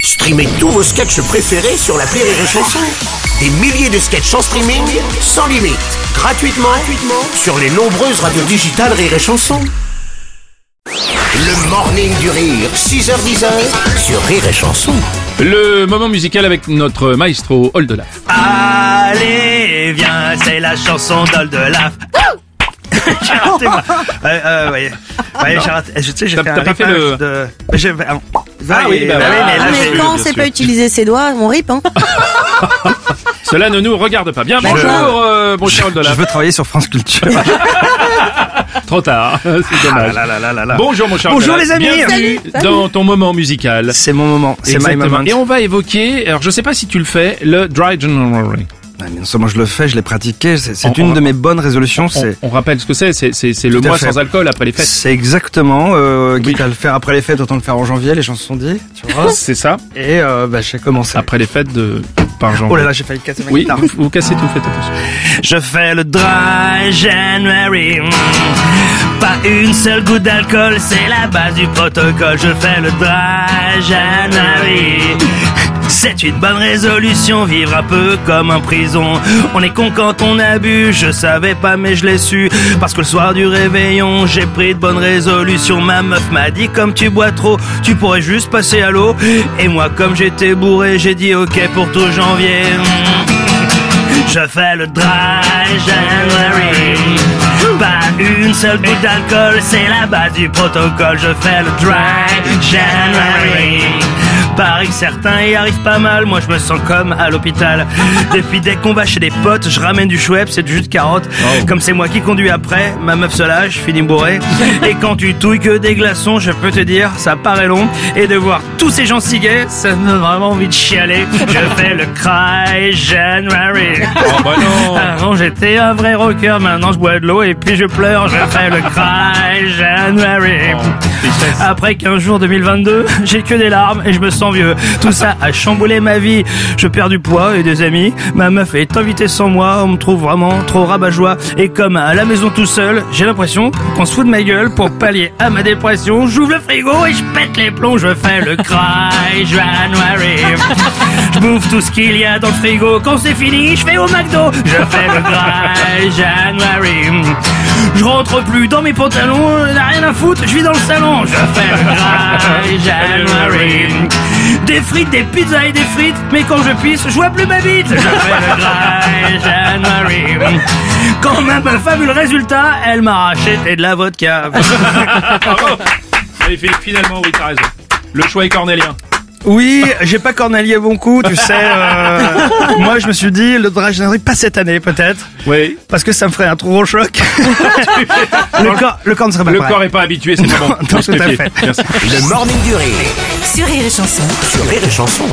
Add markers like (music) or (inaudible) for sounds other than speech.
Streamez tous vos sketchs préférés sur la Rire et Chanson. Des milliers de sketchs en streaming, sans limite, gratuitement, gratuitement sur les nombreuses radios digitales Rire et Chanson. Le morning du rire, 6h10 sur Rire et Chanson. Le moment musical avec notre maestro Oldelaf. Allez, viens, c'est la chanson d'Oldelaf. j'ai raté, (laughs) moi. Ouais, euh, ouais. Ouais, j'ai raté. euh, Je- Tu sais, j'ai T'as- fait un t'as pas fait rythme le- de... Mais j'ai- Ah Ah oui, bah voilà. mais Ah, là, Ah, j'ai- mais quand on sait pas utiliser ses doigts, on rip, hein. Cela ne nous regarde pas. Bien, bonjour, euh, bon cher Je Oldelaf. veux travailler sur France Culture. Ah, Trop tard, (laughs) c'est dommage. Ah là, là, là, là, là. Bonjour mon cher Bonjour, Oldelaf. les amis. Bienvenue Salut, salut. dans ton moment musical. C'est mon moment, c'est my Exactement. moment. Et on va évoquer, alors je sais pas si tu le fais, le Dry January. Ah, mais Non seulement je le fais, je l'ai pratiqué, c'est c'est On- une on- de mes bonnes résolutions, On, c'est... on rappelle ce que c'est, c'est- c'est c'est le Tout à mois fait. sans alcool après les fêtes. C'est exactement, euh, quitte à le faire après les fêtes, autant le faire en janvier, les chansons sont dites, tu vois. C'est ça, Et euh, bah, j'ai commencé. après les fêtes de par genre. Oh là là, j'ai failli casser ma Ah. oui, guitare. vous, vous cassez tout, faites attention. Je fais le dry January. mm. Pas une seule goutte d'alcool, c'est la base du protocole. Je fais le dry January. C'est une bonne résolution, vivre un peu comme en prison. On est con quand on a bu, je savais pas mais je l'ai su. Parce que le soir du réveillon, j'ai pris de bonnes résolutions. Ma meuf m'a dit comme tu bois trop, tu pourrais juste passer à l'eau. Et moi comme j'étais bourré, j'ai dit ok pour tout janvier. Mm. Je fais le dry January. Pas une seule goutte d'alcool, c'est la base du protocole. Je fais le dry January. Pareil que certains y arrivent pas mal, moi je me sens comme à l'hôpital. Depuis dès qu'on va chez des potes, je ramène du chouette, c'est du jus de carotte. Comme c'est moi qui conduis après, ma meuf se lâche, finis bourré. Et quand tu touilles que des glaçons, je peux te dire, ça paraît long. Et de voir tous ces gens cigués, ça me donne vraiment envie de chialer. Je fais le cry January. Oh bah non Avant j'étais un vrai rocker, maintenant je bois de l'eau et puis je pleure, je fais le cry January. Après 15 jours 2022, j'ai que des larmes et je me sens vieux. Tout ça a chamboulé ma vie. Je perds du poids et des amis. Ma meuf est invitée sans moi. On me trouve vraiment trop rabat-joie. Et comme à la maison tout seul, j'ai l'impression qu'on se fout de ma gueule pour pallier à ma dépression. J'ouvre le frigo et je pète les plombs. Je fais le cry January. Je bouffe tout ce qu'il y a dans le frigo. Quand c'est fini, je fais au McDo. Je fais le cry January. Je rentre plus dans mes pantalons, on n'a rien à foutre, je vis dans le salon, je fais le dry January. (laughs) Des frites, des pizzas et des frites, mais quand je pisse, je vois plus ma bite, je fais le dry January. Quand ma meuf a vu le résultat, elle m'a racheté de la vodka. Bravo Allez, Philippe, finalement, oui, t'as raison. Le choix est cornélien. (laughs) Oui, j'ai pas Cornelia bon coup, tu sais. euh, moi, je me suis dit, le dry January, pas cette année peut-être, Oui. parce que ça me ferait un trop gros choc. (laughs) le, corps, le corps ne serait pas Le corps est pas habitué, (laughs) c'est pas bon. Non, tout à fait. Merci. Le morning du rire Sur Rire et Chanson. sur Rire et Chanson.